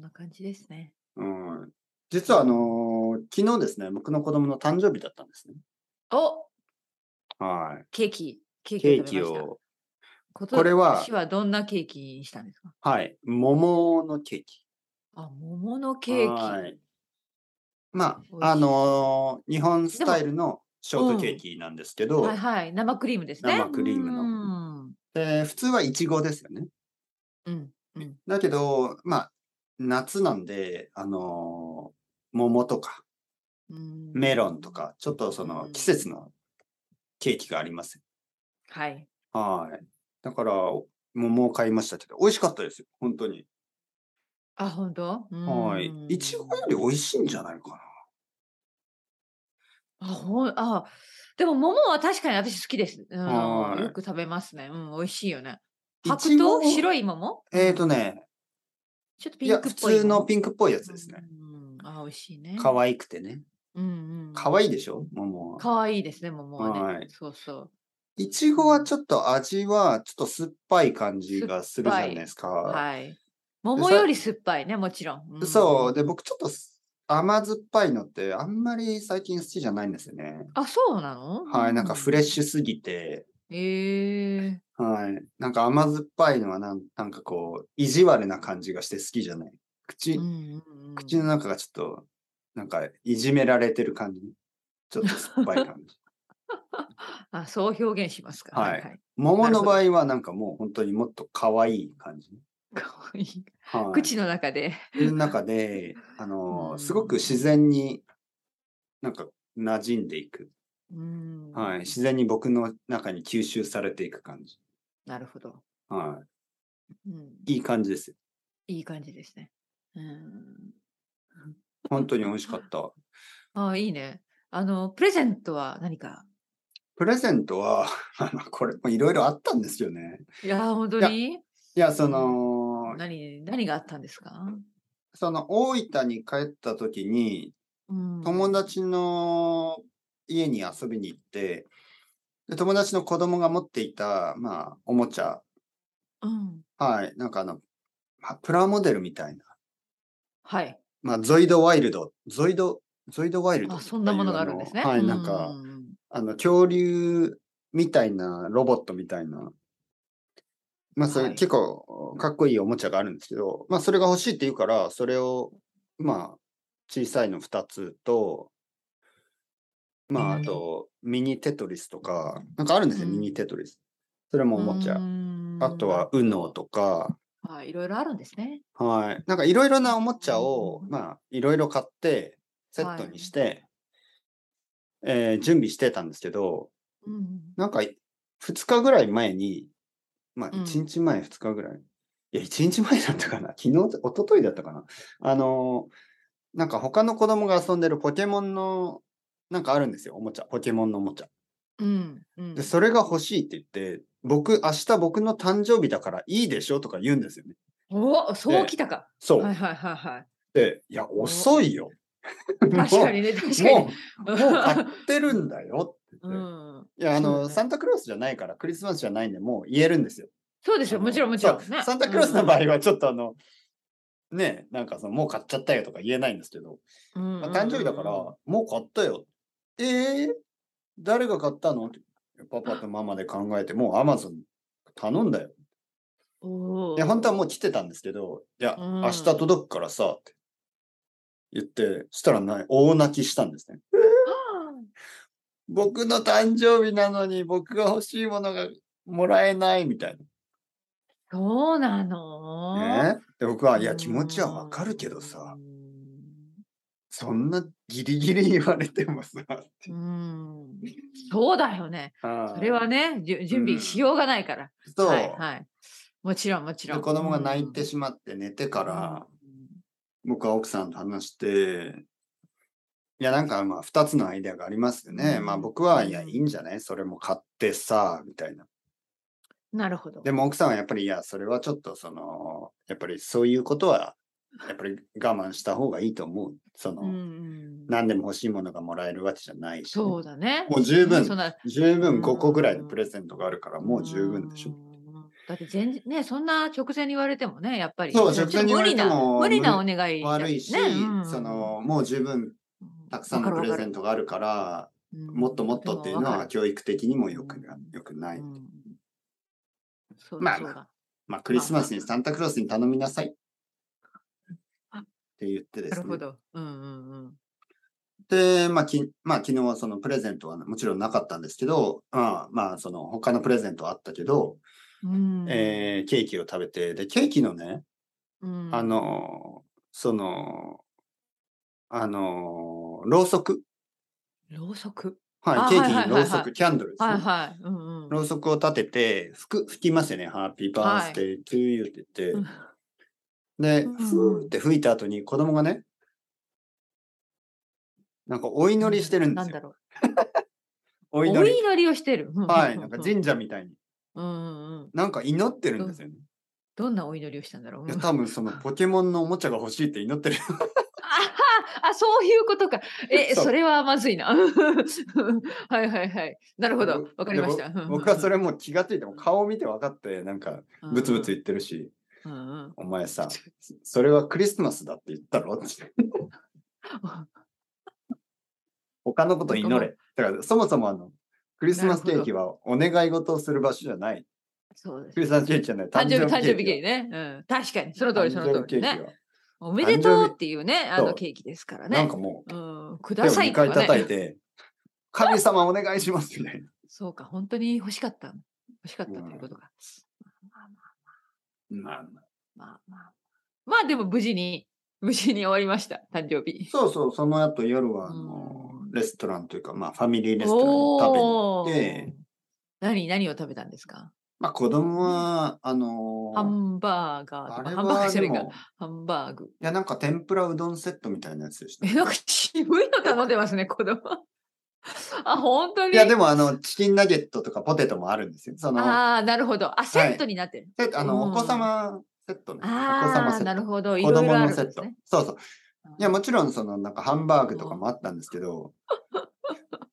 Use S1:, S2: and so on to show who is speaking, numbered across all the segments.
S1: んな感じですね。
S2: うん。実はあのー昨日ですね、僕の子供の誕生日だったんですね。
S1: お
S2: はい。
S1: ケーキ、ケー
S2: ケ
S1: キを食べ
S2: ーキ
S1: ました。
S2: を、
S1: 今
S2: これは、
S1: 年はどんなケーキにしたんですか
S2: はい、桃のケーキ。
S1: あ、桃のケー
S2: は
S1: キ。
S2: い。ま
S1: 美味
S2: あ、あ
S1: しい。
S2: のー日本ス
S1: で
S2: タイ
S1: も、
S2: ルのショー
S1: う
S2: トケー
S1: ん。
S2: キなんですけ
S1: はい
S2: ど、
S1: はい。生クリームですね。
S2: 生
S1: う
S2: クリームの。
S1: ん。
S2: で、普通はいちごですよね。
S1: うん。うん。
S2: だけど、まあ、夏なんで、あのー桃とか
S1: う
S2: メロンと
S1: ん。
S2: か、ちょっとそうの季
S1: ん。
S2: 節のケーキがありますよ。
S1: はい。
S2: はい。だから、桃を買いましたけど、美味しかったですよ。本当に。
S1: あ、本当う
S2: はい。いちごよ
S1: ん。
S2: り美味しいんじゃないかな。
S1: あ、ほん、あ、でも桃は確かに私好きです。あの、よ
S2: は
S1: く食べますね。うん、美味しいよね。
S2: い。い
S1: 白
S2: ち
S1: 桃
S2: ご、
S1: 白い桃う
S2: えーと
S1: ん。
S2: ね、
S1: ちょっと
S2: い
S1: ピン
S2: や、
S1: クっ
S2: 普
S1: ぽい
S2: 通の
S1: 桃
S2: ピンクっぽいやつ
S1: う
S2: ですね。
S1: ん。あ、美味しいね。
S2: 可愛くてね。
S1: うんうんう
S2: 可
S1: ん。
S2: 愛いでしょ桃は。
S1: かわいいですね、桃はね。
S2: はい。
S1: そうそ
S2: いち
S1: う。う
S2: ごは
S1: ん、
S2: ちょっと味は、ちょっと酸っぱい感じ
S1: 酸っ
S2: がするじ
S1: ぱ
S2: ゃないで
S1: い。
S2: すか。
S1: はい。
S2: で、
S1: 桃よ
S2: さ、
S1: り酸っぱいね、もちろん。うんう
S2: そう。
S1: ん、
S2: で、僕ちょっとす甘酸っぱいのってあんまり最近好きじゃないんですよね。
S1: あ、そうなの
S2: はい。なんか
S1: う
S2: フレッ
S1: ん。
S2: シュすぎて、
S1: ええ
S2: はい。なんか甘酸っぱいのはなん、なんかこう、意地悪な感じがして好きじゃない。
S1: う
S2: 口、
S1: んうんう
S2: 口
S1: ん。
S2: の中がちょっと、なんかいじめられてる感じ。ちょっと酸っぱ い感じ。
S1: あ、そう表現しますか。はい
S2: は。
S1: はいい。
S2: 桃
S1: なる
S2: の
S1: ほ
S2: 場
S1: ど。
S2: 合はなんかもう本当にもっと可愛い感じ。
S1: かわいい。
S2: は
S1: 口の中で。
S2: い。の中で、あ
S1: う
S2: のーすごく自
S1: ん。
S2: 然になんか馴染んでいく。
S1: う
S2: はい。
S1: ん。
S2: 自然に僕の中に吸収されていく感じ。
S1: なるほど。
S2: は
S1: うん。
S2: い。いい感じですよ。
S1: いい感じですね。うん。
S2: 本当に美味しかった。
S1: あ、いいね。あの、プレゼントは何か
S2: プレゼントは、 あの、これもいろいろあったんですよね。
S1: いやー、本当
S2: いや、
S1: に
S2: いや、そ
S1: うん。
S2: の、
S1: 何、何があったんですか
S2: その大分に帰った時に、
S1: う
S2: 友
S1: ん。
S2: 達の家に遊びに行って、で友達の子供が持っていた、まあ、おもちゃ。
S1: うん。
S2: はい。なんかあの、まあプラモデルみたいな。
S1: はい。
S2: まあ、ゾイドワイルド。ゾイド、ゾイドワイルド
S1: あ、
S2: と
S1: そんな
S2: か
S1: いもの
S2: う、
S1: が
S2: あ
S1: あるんで
S2: の、
S1: すね。
S2: は
S1: う
S2: い、なんか、
S1: ん。
S2: あの、恐竜みたいな、ロボットみたいな、まあ、それ
S1: は
S2: 結
S1: い。
S2: 構かっこいいおもちゃがあるんですけど、まあ、それが欲しいって言うから、それを、まあ、小さいの2つと、まあ、あと、ミニテトリスとか、なんかあるんで
S1: う
S2: すよ、ミニ
S1: ん。
S2: テトリス。それも
S1: う
S2: おもちゃ。あ
S1: ん。な
S2: と
S1: る
S2: は、
S1: ほ
S2: UNO
S1: ど。
S2: とか、
S1: はい。いろいろあるんですね。
S2: はい。なんかいろいろなおもちゃ
S1: う
S2: を、
S1: ん。
S2: まあ、いろいろ買って、セッ
S1: は
S2: ト
S1: い。
S2: にして、えー準備してたんですけど、
S1: うん。
S2: なんか2日ぐらい前に、まあ
S1: う
S2: 1
S1: ん。
S2: 日前、2日ぐらい。いや、1日前だったかな。昨日、一昨日だったかな。あのーなんか他の子供が遊んでるポケモンの、なんかあるんですよ、おもちゃ。ポケモンのおもちゃ。
S1: うん。う
S2: で、
S1: ん。
S2: それが欲しいって言って、僕、明日僕の誕生日だからいいでしょとか言うんですよね。
S1: おそう
S2: で、
S1: きたか。はい
S2: そう。
S1: はいはいはい。
S2: で、いや、
S1: お
S2: 遅いよ。
S1: 確か
S2: も
S1: にね、確
S2: う、
S1: かに。
S2: も う、もう買ってるんだよって
S1: う
S2: 言って。
S1: ん。
S2: いや、あ
S1: そうだ
S2: の、サ
S1: ね。
S2: ンタクロースじゃないから、クリスマスじゃないんで、もう言えるんですよ。
S1: そうです
S2: あ
S1: よ。もちろ
S2: の、
S1: んもち
S2: そう、
S1: ろん。ね。
S2: サンタ
S1: う
S2: クロースの場合
S1: ん。
S2: は、ちょっとあの、ね、なんかその、もう買っちゃったよとか言えないんですけど、
S1: うんうん
S2: まあ、誕生日だから、
S1: うんうん。
S2: もう買ったよ。えー、誰が買ったのってパパとママで考えて、もうアマゾン頼んだよ。
S1: お
S2: いや、本当は
S1: お。
S2: もう来てたんですけど、いや、
S1: う
S2: 明日
S1: ん。
S2: 届くからさ、って言って、したらな大泣きしたんですね。
S1: あ
S2: 僕の誕生日なのに僕が欲しいものがもらえないみたい
S1: ーそうな
S2: な。
S1: の
S2: ね。で、僕は、
S1: う
S2: い
S1: ー
S2: や、気持ちはわかるけどさ、
S1: ん。
S2: そんなギリギリ言われてもさ、っ
S1: うー
S2: て
S1: ん。そうだよね。それ
S2: は
S1: はね、じゅ
S2: い。う
S1: 準備し
S2: ん。
S1: ようがないから。はい
S2: そ
S1: はい。もちろんもち
S2: う。で、
S1: ろん。
S2: 子
S1: う
S2: 供が泣い
S1: ん。
S2: てしまって寝てか
S1: うん。
S2: ら、僕は奥さんと話して、いや、なんかまあ、二つのアイデアがありますよ
S1: う
S2: ね。まあ、
S1: ん。
S2: 僕
S1: う
S2: は、いや、いい
S1: ん
S2: んじゃないそれも買ってさ、みたいな。
S1: なるほど。
S2: でも奥さんはやっぱり、いや、それはちょっとその、やっぱりそういうことは、やっぱり我慢した方がいいと思う。そうの、
S1: ん。
S2: 何でも欲しいものがもらえるわけじゃないしね。
S1: そうだね。
S2: もう
S1: ね、
S2: 十分、
S1: そんな。
S2: 十
S1: うー
S2: 分5個ぐらいのプ
S1: ん。
S2: レゼントがあるから、
S1: うー
S2: もう十分でしょ。
S1: ん。だって全然ね、そんな直前に言われてもね、やっぱり。
S2: そう
S1: ちょっと
S2: 直前に言われても
S1: 無理な、無理なお願いだ
S2: 悪いし、
S1: ねうん
S2: その、もう十分たくさんのプレゼントがあるから、もっともっとっていうのは、教育的にもよくなよくない。ま
S1: まあ、
S2: あ
S1: そうだ
S2: まあ、クリスマスにサンタクロースに頼みなさい。って言ってで
S1: な
S2: す
S1: るほ
S2: ね。
S1: ど。うんうんうん。
S2: で、まあ、き、まあ、昨日はそのプレゼントはもちろんなかったんですけど、まあ、まあ、その他のプレゼントはあったけど、
S1: うん
S2: えーケーキを食べて、で、ケーキのね、
S1: うん
S2: あのー、その、あのー、ろうそく。
S1: ろうそく。あ
S2: はい、ケー
S1: はいは
S2: キ
S1: いはい
S2: に
S1: はい
S2: ろうそく、キャンドルです
S1: はい
S2: ね。
S1: はい。うんうん。
S2: ろうそくを立てて、吹く、吹きますよね。ハッピーバースデートゥーユーって言って。で、
S1: うん
S2: ふーって吹いた後に子供がね、なんかお祈りしてるんで
S1: な
S2: す
S1: んだ
S2: よ。
S1: ろう。
S2: お
S1: お
S2: 祈り。
S1: 祈りをしてる。うんうんうん
S2: はい、なんか神社みたいに。
S1: うんうんうん。
S2: なんか祈ってるんですよね。
S1: どんなお祈りをしたんだろう。
S2: いや
S1: うん
S2: 多分そのポケモンのおもちゃが欲しいって祈ってる。
S1: ああ、そういうことか。え、
S2: そう
S1: それはまずいな。 はいはいはい。なるほど。わかりました。
S2: でぼ僕はそ
S1: れ、
S2: れもう気がついても顔を見て分かって、なんかブツブツ言ってるし、
S1: うんうん。
S2: お前さ、それはクリスマスだって言ったろって他のこと祈れ。だからそもそもあの、クリスマスケーキはお願い事をする場所じゃない。
S1: そうです
S2: ク。リスマスケーキじゃない。
S1: 誕生日、誕生日
S2: ケー
S1: ケーキね。うん。確かに、その通り、
S2: キ
S1: そ
S2: は
S1: の通
S2: 誕生日ケ
S1: り
S2: ーキ
S1: ね。
S2: は。
S1: おめでと
S2: 誕生
S1: う
S2: 日
S1: っていうね、あ
S2: そう
S1: のケーキですから
S2: なん
S1: ね
S2: か。も
S1: うん、く
S2: う、手を
S1: ださい
S2: 2
S1: とか
S2: 回叩い
S1: ね。
S2: て、神様お願いしますみたいな。
S1: そうか、本当に欲しかった。欲しかったということか。
S2: ま
S1: ま
S2: あ
S1: あまあ。まあでも無事に、無事に終わりました、誕生日。
S2: そうそう、その後夜はあの、
S1: うん
S2: レストランというか、まあ、ファミリーレストランに食べに
S1: おお
S2: 食べに行って
S1: ー。何、何を食べたんですか
S2: まあ、子供は、あのー
S1: ハンバーガー
S2: あ
S1: とか、
S2: れ
S1: ハンバーガ
S2: は
S1: ーじゃ
S2: で
S1: ないか、
S2: も、
S1: ハンバーグ。
S2: いや、なんか天ぷらうどんセットみたいなやつでした。
S1: え、なんか渋いの頼んでますね、子供。 あ、本当に
S2: いや、でも、あの、チキンナゲットとかポテトもあるんですよ。その、
S1: ああ、なるほど。あ、セットになってる。
S2: セットあの、
S1: うん
S2: お子様セットね。お子様
S1: あ
S2: セ
S1: あ、な
S2: ッ
S1: る
S2: ト。
S1: ほど。い
S2: 子
S1: ろいろ
S2: 供
S1: あ
S2: の
S1: るん
S2: セ
S1: で
S2: ッ
S1: す
S2: ト
S1: ね。。
S2: そうそう。いや、
S1: も
S2: もちろん、その、なんかハンバーグとかもあったんですけど、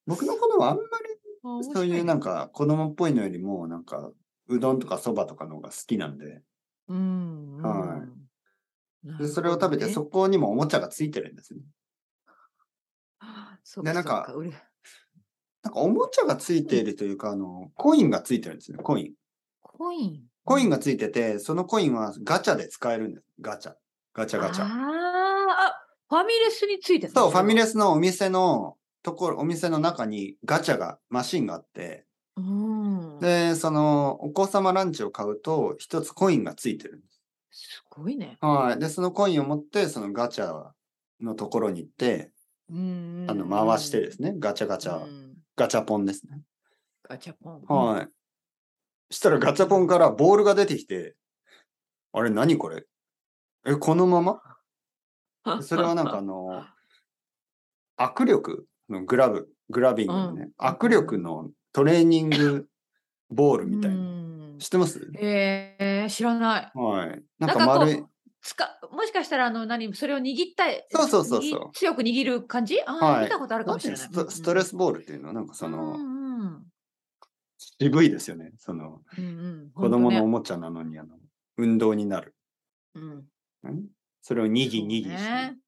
S2: 僕の子供はあんまり、そういうなん
S1: か、
S2: か、子供っぽいのよりも、なんか、うどんとかそばとかの方が好きなんで、
S1: うん、うん。
S2: はい
S1: なるほど
S2: で
S1: ね
S2: それを食べて、そこにもおもちゃがついてるんですね。
S1: そう
S2: で
S1: か、
S2: なんか
S1: そううれ
S2: なんかおもちゃがついているというか、あの、コインがついてるんですね、コイン。
S1: コイン。
S2: コインがついてて、そのコインはガチャで使えるんです。ガチャ。ガチャガチ
S1: あ
S2: ャ。
S1: ーあ、ファミレスについて
S2: そう、ファミ
S1: ス。
S2: レスのお店のところ、お店の中にガチャが、マシンがあって、
S1: うん。
S2: で、その、お子様ランチを買うと、一つコインがついてるんです。
S1: すごいね。
S2: はい。で、そのコインを持って、そのガチャのところに行って、
S1: うん。
S2: あの、回してです
S1: ね。
S2: ね、ガチャガチャ、
S1: うん
S2: ガチャポンですね。
S1: ガチャポン。
S2: はい。したらガチャポンからボールが出てきて、あれ何これえ、このまま
S1: い
S2: それはなんかあの、握力のグラブ、グラビングのね、
S1: うん
S2: 握力のトレーニングボール みたいな。
S1: な
S2: 知ってます
S1: えー、知らない。
S2: はい。なん
S1: なん
S2: か
S1: かこ
S2: 丸い。
S1: う、つか、もしかしたら、あの、何、それを握ったい。
S2: そうそうそうそう
S1: 握り強く握る感じあー、
S2: はい
S1: 見たことあるか
S2: なん
S1: も
S2: て
S1: し
S2: いう
S1: れない
S2: のス。トストレ
S1: ス
S2: スボールっていうのはなんかそ
S1: うん
S2: の、
S1: うん
S2: 渋いですよね。その、
S1: うんうん、
S2: 子供のお
S1: 本
S2: もちゃなのに、あの、運動になる。
S1: 当ね、うん、
S2: んそれをにぎにぎ
S1: そう
S2: して。
S1: ね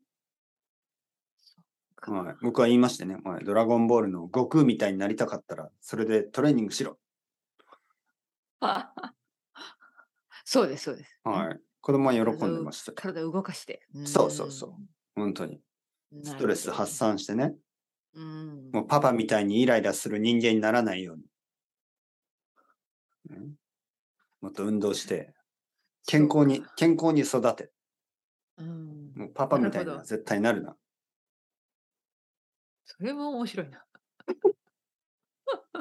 S1: そっか
S2: はい、僕は言いましたね、はい。ドラゴンボールの悟空みたいになりたかったら、それでトレーニングしろ。
S1: そうです、そうです。
S2: はい。子供は喜んでました。
S1: 体を動かして。
S2: そうそうそ本当に。
S1: うん。
S2: ストレス発
S1: なる
S2: 散してね。
S1: ほど。うん、
S2: もうパパみたいにイライラする人間にならないように。ねもっと運動して、健康に
S1: そう、か
S2: 健康に育て。
S1: うん。
S2: もうパパみたい
S1: な
S2: に
S1: る
S2: は
S1: ほど
S2: 絶対なるな。
S1: それも面白いな。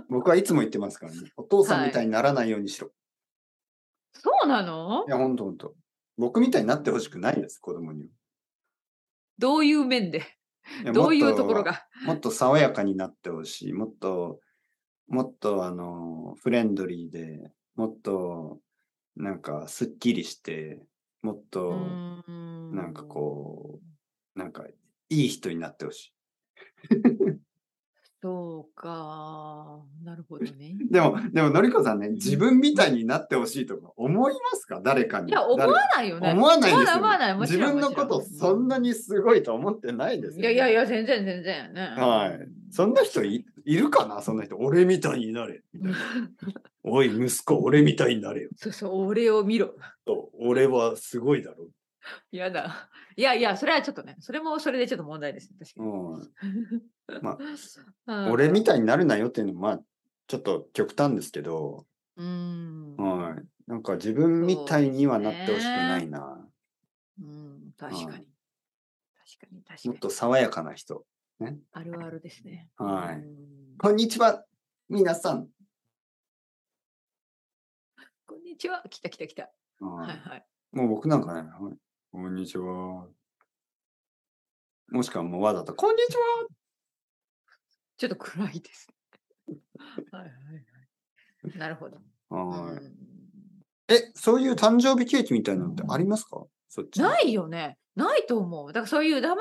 S2: 僕はいつも言ってま すからね。お父さんみたいにならないようにしろ。
S1: そうなの
S2: い、や、ほんとほんと。僕みたいになってほしくないです、子供には。
S1: どういう面で
S2: いや
S1: どうい
S2: もっ
S1: うところが
S2: もっと爽やかになってほしい。もっと、もっと、あの、フレンドリーで、もっと、なんか、すっきりして、もっと、な
S1: なん
S2: かこう、なんか、いい人になってほしい。
S1: そうか。なるほどね。
S2: でも、でも、のりこさんね、自分みたいになってほしいとか思いますか誰かに。
S1: いや、思
S2: 誰
S1: わないよね。
S2: 思わないですよね
S1: 思わない、思わない。もち
S2: 自
S1: ろん
S2: 分のことそんなにすごいと思ってないですよ、
S1: いやいやいや、全然全然。ね、
S2: はい。そんな人いいるかなそんな人。俺みたいになれ。み たいなおい、息子、俺みたいになれよ。
S1: そうそう、俺を見ろ。
S2: と俺はすごいだろ。
S1: やだ。いやいや、それはちょっとね、それもそれでちょっと問題ですね。確かに。
S2: うん、ま
S1: あ
S2: 俺みたいになるなよっていうのも、まあ、ちょっと極端ですけど、
S1: うん。
S2: はい。なんか自分みたいにはなってほしくないな。
S1: うん、確かに。確かに、確か
S2: もっ
S1: に。
S2: と爽やかな人。
S1: あるあるですね。
S2: はい
S1: うん
S2: こんにちは、皆さん。
S1: こんにちは。来た来た来た。
S2: うん
S1: はいはい。
S2: もう僕なんかね、はいこんにちは。もしくはもうわざと、こんにちは
S1: ちょっと暗い ですね。はいはいはい。なるほど。
S2: は
S1: うん
S2: い。え、そういう誕生日ケーキみたいなのってありますかそっちに。
S1: ないよね。ないと思う。だからそういう生、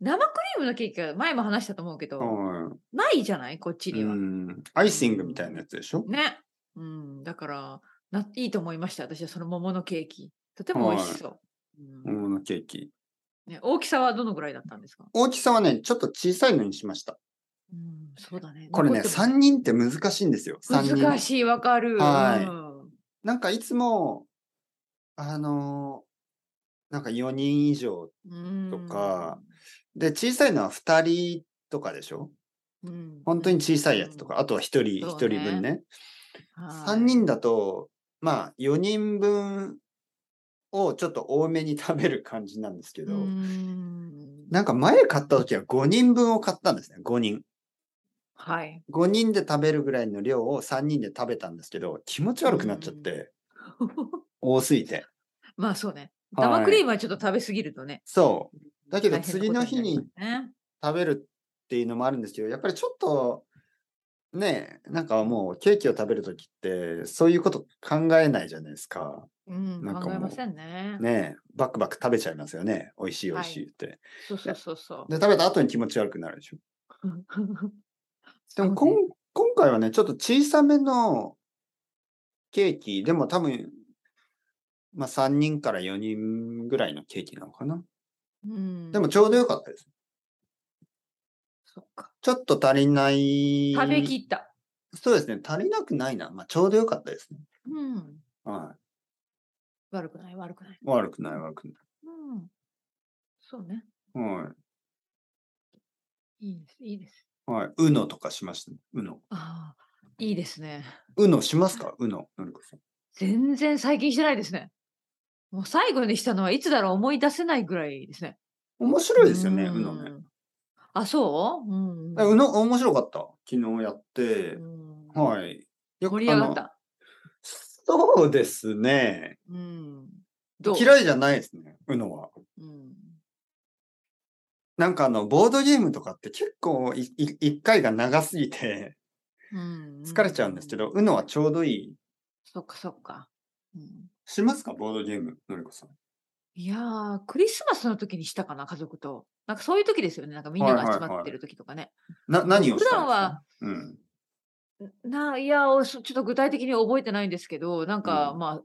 S1: 生クリームのケーキは前も話したと思うけど、
S2: は
S1: ないじゃないこっち
S2: い。
S1: に
S2: う
S1: は。
S2: ん。アイシングみたいなやつでしょ
S1: ね。うん。だからな、いいと思いました。私はその桃のケーキ。とても美味しそう。うん
S2: 桃のケーキ。
S1: ね、大きさはどのぐらいだったんですか、
S2: 大きさはね、ちょっと小さいのにしました。
S1: うん、そうだね。
S2: これね、
S1: 残って
S2: 3人って難しいんですよ。三人。
S1: 難しい、わかる。
S2: はい
S1: うん
S2: なんかいつも、あのーなんか4人以上。
S1: うん
S2: とか、で、小さいのは2人とかでしょ
S1: うん
S2: 本当に小さいやつとか、あとは1人、1
S1: そう
S2: 人
S1: ね
S2: 分ね。
S1: は
S2: 3
S1: い
S2: 人だと、まあ4人分をちょっと多めに食べる感じなんですけど、
S1: うん
S2: なんか前買った時は5人分を買ったんですね、5人。
S1: はい。
S2: 5人で食べるぐらいの量を3人で食べたんですけど、気持ち悪くなっちゃって、多すぎて。
S1: まあそうね。
S2: はい
S1: 生クリームはちょっと食べ過ぎるとね。
S2: そう。だけど
S1: 大変
S2: 次
S1: な
S2: の
S1: こと
S2: 日
S1: なり
S2: に
S1: ますね
S2: 食べるっていうのもあるんですけど、やっぱりちょっと、ねえ、なんかもうケーキを食べる時って、そういうこと考えないじゃないですか。
S1: うん、
S2: なんかもう
S1: 考えませんね。
S2: ねえ、バクバク食べちゃいますよね。美味しい美
S1: はい
S2: 味しいって。
S1: そうそうそうそう。
S2: で、食べた後に気持ち悪くなるでしょ。でも
S1: そう
S2: こ
S1: ね
S2: ん、今回はね、ちょっと小さめのケーキ、でも多分、まあ3人から4人ぐらいのケーキなのかな。
S1: うん
S2: でもちょうどよかったです。
S1: そっか
S2: ちょっと足りない。
S1: 食べきった。
S2: そうですね。足りなくないな。まあちょうどよかったですね。
S1: うん。
S2: は
S1: 悪くない、悪くない。
S2: い。悪くない悪くない。
S1: うん。そうね。
S2: はい
S1: いです、いいです。
S2: い。はい。うのとかしましたね。うの。
S1: ああ、いいですね。
S2: うのしますかうの。のりこさん。
S1: 全然最近してないですね。もう最後にしたのはいつだろう思い出せないぐらいですね。
S2: 面白いですよね。うのね。
S1: ん。あ、そううん。
S2: うの面白かった。昨日やって。
S1: うん
S2: はい。よく
S1: 盛り上がっ
S2: あの
S1: た。
S2: そうですね。
S1: うん。どう
S2: 嫌いじゃないですね。うのは。
S1: うん
S2: なんかあの、ボードゲームとかって結構いい一回が長すぎて
S1: うん
S2: 疲れちゃうんですけど、うのはちょうどいい。
S1: そっかそっか。うん、
S2: しますかボードゲーム、のりこさん。
S1: いやー、クリスマスの時にしたかな、家族と。なんかそういう時ですよね。なんかみんなが集まってる時とかね。
S2: な、何をしたんで
S1: 普段
S2: すか
S1: は、
S2: うん。
S1: ないやー、おそちょっと具体的に覚えてないんですけど、なんか、
S2: うん
S1: ま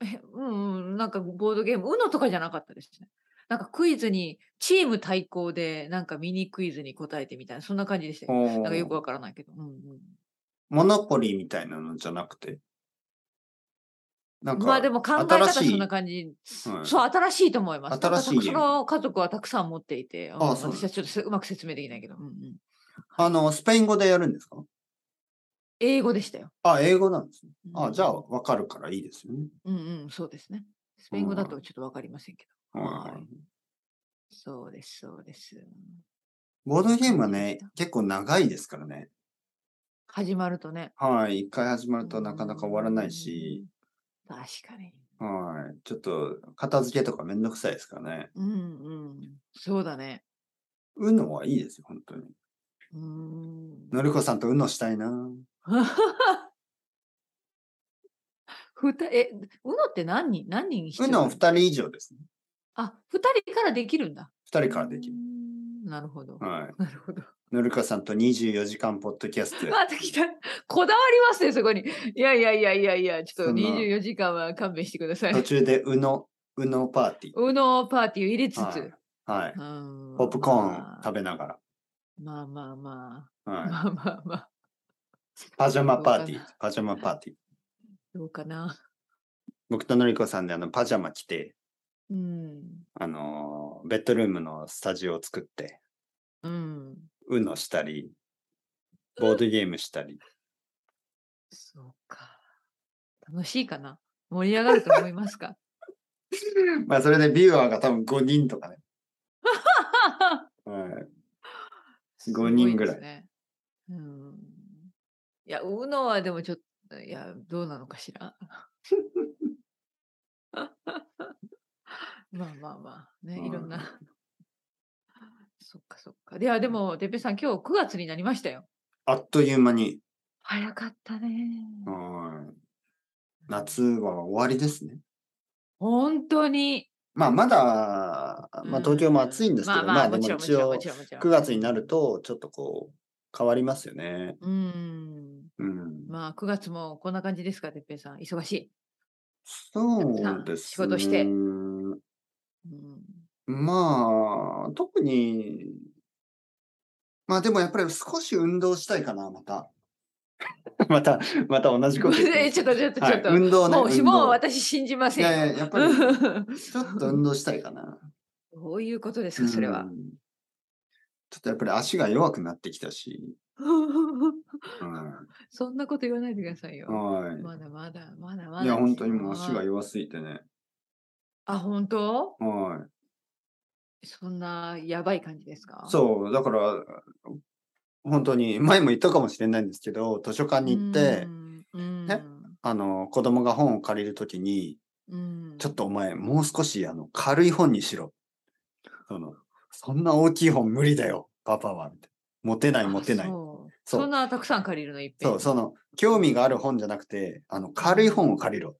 S1: あ、えうん、うん、なんかボードゲーム、UNO とかじゃなかったですね。なんかクイズに、チーム対抗で、なんかミニクイズに答えてみたいな、そんな感じでしたよ。
S2: おー
S1: なんかよくわからないけど。うんうん
S2: モノポリーみたいなのじゃなくて。なんか、
S1: まあでも考え方
S2: 新しい
S1: そんな感じ。
S2: はい
S1: そう、新しいと思います。
S2: 新し
S1: な
S2: い
S1: んか
S2: ゲー
S1: そ
S2: ム
S1: の家族はたくさん持っていて、うん
S2: あそう
S1: 私はちょっとせうまく説明できないけど、うんうん
S2: あの、スペイン語でやるんですか
S1: 英語でしたよ。
S2: あ、英語なんですね。
S1: う
S2: あ、
S1: ん
S2: じゃあ、わかるからいいですよね。
S1: うんうん、そうですね。スペイン語だ
S2: うん
S1: とちょっとわかりませんけど。
S2: はい
S1: はいそうです、そうです。
S2: ボードゲームはね、結構長いですからね。
S1: 始まるとね。
S2: はい。一回始まるとなかなか終わらないし、
S1: うん。確かに。
S2: はい。ちょっと、片付けとかめんどくさいですからね。
S1: うんうん。そうだね。
S2: うのはいいですよ、本当に。
S1: うーん。
S2: のりこさんとうのしたいな。
S1: ふたえ、うのって何人何人必
S2: う
S1: 要
S2: の二人以上ですね。
S1: あ、二人からできるんだ。
S2: 二人からできる
S1: う。ーんなるほど。
S2: はい。
S1: なるほど。
S2: のりかさんと24時間ポッドキャスト。
S1: また来た。こだわりますね、そこに。いやいやいやいやいや、ちょっと
S2: そんな
S1: 24時間は勘弁してくだ さい
S2: 途。中でうの、うのパーティー。
S1: うのパーティーを入れつつ。
S2: はいはい。
S1: うん
S2: ポップコーン
S1: まあ
S2: 食べなが
S1: まあまあま
S2: ら。
S1: あ。
S2: はい。
S1: まあまあまあ。
S2: パジャマパーティ
S1: どう
S2: ー
S1: か。
S2: パジャマパーティー。
S1: どうかな。
S2: 僕とのりこさんであのパジャマ着て、
S1: うん。
S2: あのーベッドルームのスタジオを作って、
S1: うん。
S2: うのしたり、ボードゲームしたり。
S1: そうか。楽しいかな。盛り上がると思いますか。
S2: まあ、それでビューアーが多分5人とかね。はい。五人ぐらい
S1: すごですね。うん。いや、うのはでもちょっと、いや、どうなのかし ら。まあまあまあ、ね、いろん
S2: うん
S1: な。 そっかそっか。いや、でも、てっぺいさん、今日9月になりましたよ。
S2: あっという間に、
S1: 早かったね。
S2: はい夏は終わりですね。
S1: 本当に。
S2: まあ、まだ、まあ、東京も暑いんですけ
S1: ま
S2: ど、
S1: あ
S2: ま
S1: ま
S2: あ、
S1: あ、
S2: で
S1: もちろ
S2: も
S1: ん、も
S2: 一
S1: ちろん、
S2: 応
S1: も、ちろん。もちろん
S2: 9月になると、ちょっとこう、変わりますよね。
S1: うん。
S2: うん。
S1: まあ、9月もこんな感じですか、てっぺいさん。忙し
S2: そうですね。
S1: 仕事してい。うん。
S2: まあ、特に、まあでもやっぱり少し運動したいかな、また。 また、また同じこと言ってま
S1: え
S2: す
S1: ちょっと、ちょっと、
S2: は
S1: ち
S2: い
S1: ょっと。
S2: 運動ね。
S1: もう
S2: 運動
S1: もう私信じま
S2: い
S1: せんよ。
S2: やいや、やっ ぱり、ちょっと運動したいかな。
S1: どういうことですか、 それ
S2: う
S1: は。
S2: んちょっとやっぱり足が弱くなってきたし。 うん
S1: そんなこと言わないでくださいよ。
S2: は
S1: まだまだ、まだまだ。
S2: い。いや、本当にもう足が
S1: 弱
S2: 弱すぎてね。
S1: あ、本当
S2: は
S1: そんなやばい感じですか
S2: い。そう、だから、本当に、前も言ったかもしれないんですけど、図書館に行って
S1: う、ん。うん
S2: ねあの、子供が本を借りるときに、
S1: うん
S2: ちょっとお前、もう少し、あの、軽い本にしろ。その、そんな大きい本無理だよ、パパは。みたいな持てない、
S1: あ
S2: 持てない。
S1: そう
S2: そう
S1: そんなたくさん借りるのいっぺん
S2: そう、その、興味がある本じゃなくて、あの、軽い本を借りろ。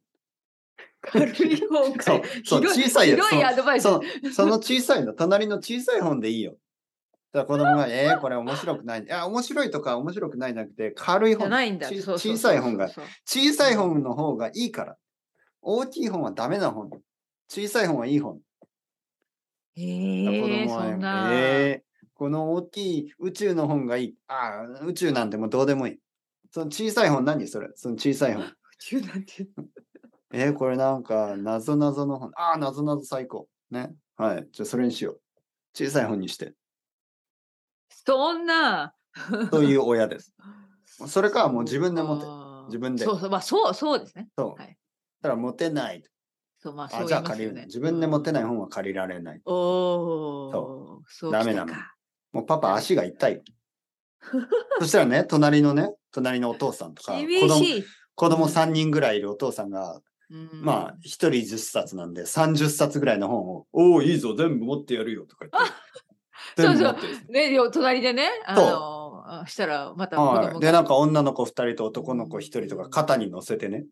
S1: 軽い方が
S2: そう、そう、
S1: ひどい
S2: 小さいやつ。
S1: ひどいアドバイス
S2: そのその、その小さいの、隣の小さい本でいいよ。だから子供 が、えー、これ面白くない。いや、面白いとか面白くないじゃなくて、軽い
S1: じゃ
S2: 本。
S1: ないんだ。
S2: ち
S1: そうそうそう
S2: 小さい本が
S1: そうそう
S2: 小さい本の方がいいから。大きい本はダメな本。小さい本はいい本。
S1: へ
S2: 子
S1: え
S2: 供は
S1: そんな。
S2: えーこの大きい宇宙の本がいい。ああ、宇宙なんてもうどうでもいい。その小さい本何それその小さい本。
S1: 宇宙なんて
S2: えーこれなんか、なぞなぞの本。ああ、なぞなぞ最高。ね。はい。じゃあそれにしよう。小さい本にして。
S1: そんな。
S2: という 親です。それかもう自分で持て
S1: て
S2: 自分で
S1: そうそう、まあそう、そうですね。
S2: そう。
S1: はい
S2: だから持てない。
S1: そう、まあそう
S2: あ
S1: 言い
S2: じゃあ
S1: ます
S2: 借り
S1: よ
S2: る
S1: ね
S2: ね。自分で持てない
S1: うん
S2: 本は借りられない。
S1: おお、そう
S2: ダ
S1: き
S2: メ
S1: た
S2: なの
S1: か
S2: もうパパ足が痛 い。そしたらね、隣のね、隣のお父さんとか、子
S1: 厳
S2: 供
S1: しい。
S2: 子供3人ぐらいいるお父さんが、
S1: うん
S2: まあ、1人10冊なんで、30冊ぐらいの本を、おお、いいぞ、全部持ってやるよ、とか言って。
S1: そう
S2: 全
S1: そう
S2: 部持ってるんですよ
S1: ね、よ隣でね、あの、あしたらまた子供
S2: はい。で、
S1: が
S2: なんか女の子2人と男の子1人とか肩に乗せてね。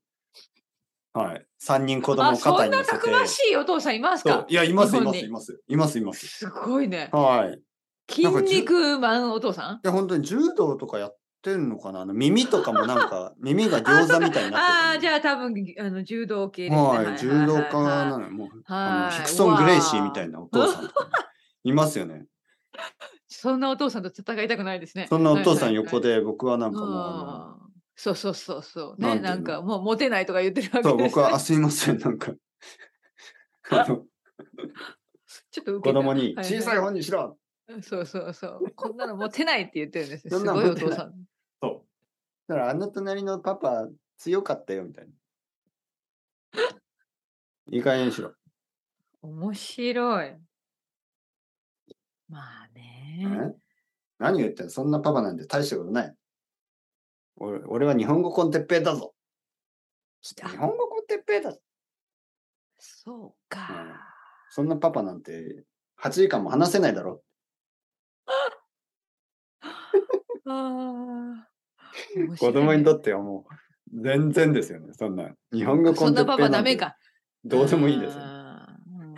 S2: はい。3人子供
S1: あ、
S2: を
S1: そ
S2: 肩
S1: ん
S2: に乗
S1: な
S2: せて
S1: た。くましいお父さんいます
S2: そう
S1: か
S2: いや、います、い
S1: 日本
S2: ま
S1: に
S2: す、います。います、います。
S1: すごいね。
S2: はい。い
S1: 筋肉マンお父さん
S2: や、本当に柔道とかやってんのかなあの耳とかもな んか、耳が餃子みたいに
S1: あ
S2: なって
S1: あ、じゃあ多分、あの、柔道系ですね。
S2: はい。柔道家な
S1: はい
S2: のよ。もう、あ
S1: は
S2: の
S1: い。
S2: ヒクソン・グレイシーみた
S1: ない
S2: なお父さんとかねいますよね。
S1: そんなお父さんと戦いたくないですね。
S2: そんなお父さん
S1: はいはいはい
S2: 横で僕はなんかもうあ
S1: あーそうそうそうそう。
S2: な
S1: ね、
S2: んていうの
S1: なんかもうモテないとか言ってるわ
S2: の、そ
S1: け
S2: う、
S1: ですね
S2: 僕は、あ、すいません、なんか、あの
S1: ちょっと受
S2: 子
S1: けた
S2: 供に、
S1: はいはい
S2: 小さい本にしろ
S1: そうそうそう。こんなのモテないって言ってるん ですよ。
S2: そ
S1: す
S2: んなの
S1: ごいお父さん。
S2: そう。だから、あの隣のパパ強かったよ、みたいな。いい加減にしろ。
S1: 面白い。まあね。
S2: え何を言ってんのそんなパパなんて大したことない。俺俺は日本語コンテッペイだぞ。
S1: きた
S2: 日。本語コンテッペイだぞ。
S1: そうか。
S2: そんなパパなんて8時間も話せないだろ。
S1: ああー。面白
S2: 子
S1: い
S2: 供にとってはもう全然ですよね。そんな。日本語コ
S1: そん
S2: ン
S1: な
S2: テッペイ
S1: パパ
S2: なんて
S1: ダメか。
S2: どうでもいいですよ。
S1: あーうん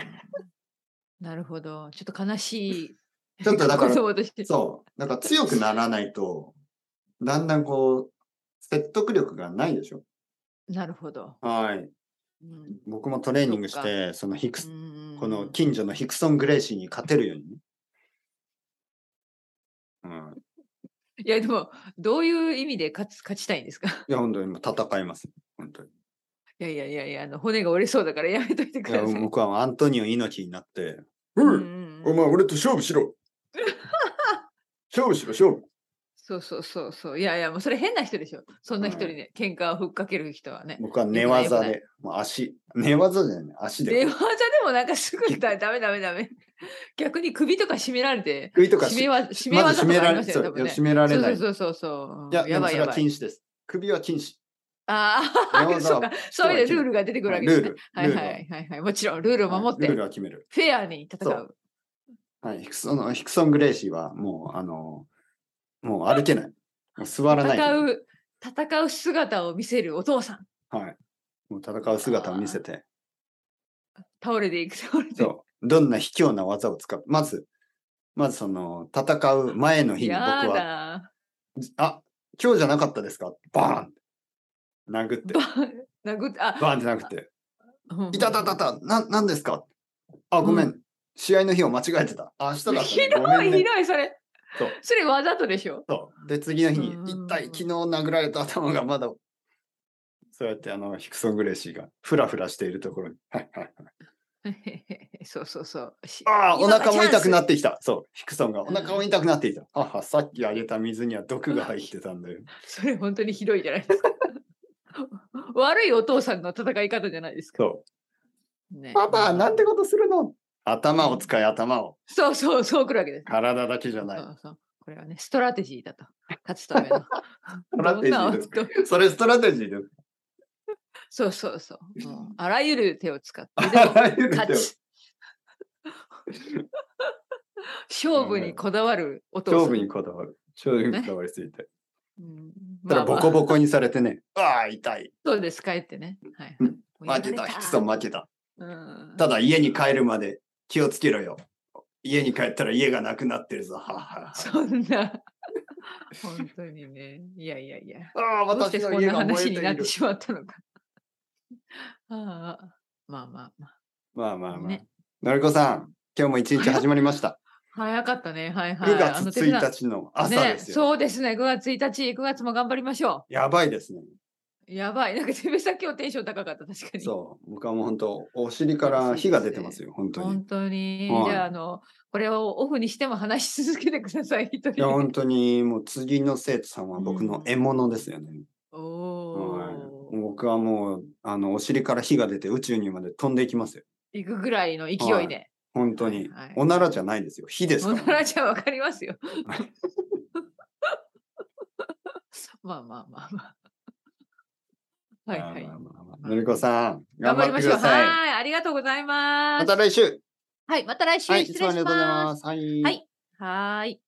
S1: なるほど。ちょっと悲しい
S2: ちょっと だから
S1: そう、私。
S2: そう。なんか強くならないと、だんだんこう、説得力がないでしょ。
S1: なるほど。
S2: はい。
S1: うん
S2: 僕もトレーニングして、そのヒクス、この近所のヒクソン・グレイシーに勝てるようにね。うん。
S1: いや、でも、どういう意味で勝ち勝ちたいんですか
S2: いや、本当にもう戦います。本当に。
S1: いやいやいやいや、あの骨が折れそうだからや めといて
S2: い
S1: く
S2: や
S1: ださい。
S2: 僕はアントニオ猪木になって、
S1: うん
S2: う、
S1: うんんう
S2: お
S1: ん
S2: 前俺と勝負しろ勝負しろ、勝負
S1: そうそうそうそう。いやいや、もうそれ変な人でしょ。そんな人
S2: はい
S1: にね、喧嘩をふっかける人はね。
S2: 僕は寝技
S1: よくない
S2: で、もう足、寝技じゃない、足
S1: 電
S2: で。
S1: 話じゃでもなんかす ぐだ、ダメダメダメ。逆に首とか絞められて、
S2: 首とか
S1: 締め
S2: し、
S1: わ締め
S2: ま
S1: 技
S2: ず締
S1: と
S2: め
S1: からありま
S2: れ、
S1: し
S2: そ
S1: た
S2: う
S1: よ、多
S2: い
S1: 分
S2: や
S1: ね。
S2: 締められない。い
S1: そうそうそうそう。
S2: や、で
S1: や
S2: も
S1: ばい
S2: そ
S1: や
S2: れは
S1: ば
S2: 禁
S1: い。
S2: 止です。首 は禁止。
S1: あ
S2: 寝
S1: あ、
S2: 技
S1: そう
S2: は
S1: か。そういうルールが出てくる
S2: は
S1: わ
S2: い
S1: け
S2: ル
S1: です
S2: ー
S1: ね
S2: ル。。
S1: はい
S2: ルー
S1: は
S2: ル
S1: いはいはい。もちろんルールを守っ
S2: ル
S1: て、
S2: ールは決める。
S1: フェアに戦。
S2: そうはい、ヒクソンヒクソン・グレイシーはもう、あの、もう歩けない。もう座らない。
S1: 戦う、戦う姿を見せるお父さん。
S2: はい。もう戦う姿を見せて。
S1: 倒れていく、倒れていく。
S2: そう。どんな卑怯な技を使う。まず、まずその、戦う前の日に僕
S1: や
S2: は、
S1: だ。
S2: あ、今日じゃなかったですかバーン殴って
S1: ば、、殴って、あ、
S2: バーンって殴って、
S1: うん
S2: いたたたた、な、なんですかあ、ごめん,、
S1: う
S2: 試合の日を間違えてた。あ、明日だった、ね。
S1: ひ
S2: ご
S1: ど
S2: め
S1: い、
S2: んね
S1: ひどい、それ。
S2: そう
S1: それわざとでしょ。
S2: そう。で、次の日に
S1: う、ん
S2: 一体昨日殴られた頭がまだ、そうやってあの、ヒクソン・グレイシーがフラフラしているところに、はいはいはい。
S1: そうそうそう。し
S2: ああ、お腹も痛くな
S1: っ
S2: ってきた。そう、ヒクソンがお腹も痛くなってきた。あはさっきあげた水には毒が入ってたんだよ。
S1: それ本当にひどいじゃないですか。悪いお父さんの戦い方じゃないですか。
S2: そ
S1: ね
S2: う。パパ、なんてことするの頭を使い、頭を。
S1: そうそう、そう来るわけです。
S2: 体だけじゃな
S1: そ
S2: い。
S1: うそうこれはね、ストラテジーだと。勝つための。
S2: トラテジーです
S1: どんな
S2: それストラテジーです。
S1: そうそうそう。もうあらゆる手を使って、
S2: あらゆる手
S1: 勝
S2: を
S1: ち。勝負にこだわるお父さん。
S2: 勝負にこだわる。勝負にこだわりすぎて。
S1: うん
S2: た
S1: ま
S2: だ
S1: あ
S2: ボ
S1: まあ
S2: コボコにされてね。ああ、痛い。
S1: そうです、帰ってね。はい。
S2: うん
S1: もう
S2: 負け
S1: やら
S2: た。
S1: れ
S2: ヒクソン負けた。
S1: うん
S2: ただ家に帰るまで気をつけろよ。家に帰ったら家がなくなってるぞ。はあは
S1: そんな、本当にね、いやいやいや、
S2: あはあ。ああ、
S1: どうして
S2: 私
S1: こ
S2: の
S1: ん
S2: 家
S1: な
S2: が燃え
S1: 話
S2: て
S1: にないって
S2: る。
S1: しまったのか。ああ、まあまあまあ。
S2: まあまあまあ
S1: ね。
S2: のりこさん、今日も一日始まりました。
S1: 早かったね、はいはい。
S2: 9月
S1: あの手品
S2: 1日の朝で
S1: ね。
S2: すよ。
S1: そうですね、9月1日、9月も頑張りましょ
S2: やばいですね。
S1: う。やばい、なんか手目先をテンション高かった、確かに。
S2: そう。僕はもう本当、お尻から火が出てますよ、本当に。
S1: 本当に。
S2: はい
S1: じゃあ、あの、これをオフにしても話し続けてください、一人
S2: い
S1: で
S2: や、本当に、もう次の生徒さんは僕の獲物ですよね。
S1: お
S2: はい
S1: お、
S2: 僕はもう、あの、お尻から火が出て宇宙にまで飛んでいきますよ。
S1: 行くぐらいの勢いで。
S2: 本当に
S1: はいはい。
S2: おならじゃないですよ。火です
S1: お
S2: から
S1: ならじゃわかりますよ。 まあまあまあまあ。はいは
S2: ま
S1: い
S2: あ。まあまあのりこさん、
S1: 頑張
S2: 頑張
S1: り
S2: っ
S1: ま
S2: て
S1: し
S2: く
S1: ょう。
S2: ださい。
S1: はい。ありがとうございま。
S2: ますた来週。
S1: はい。また来週
S2: はい、い
S1: 失
S2: つも
S1: 礼
S2: あり
S1: し
S2: がとうござい
S1: ま。
S2: ますす。はい
S1: はい。はーい。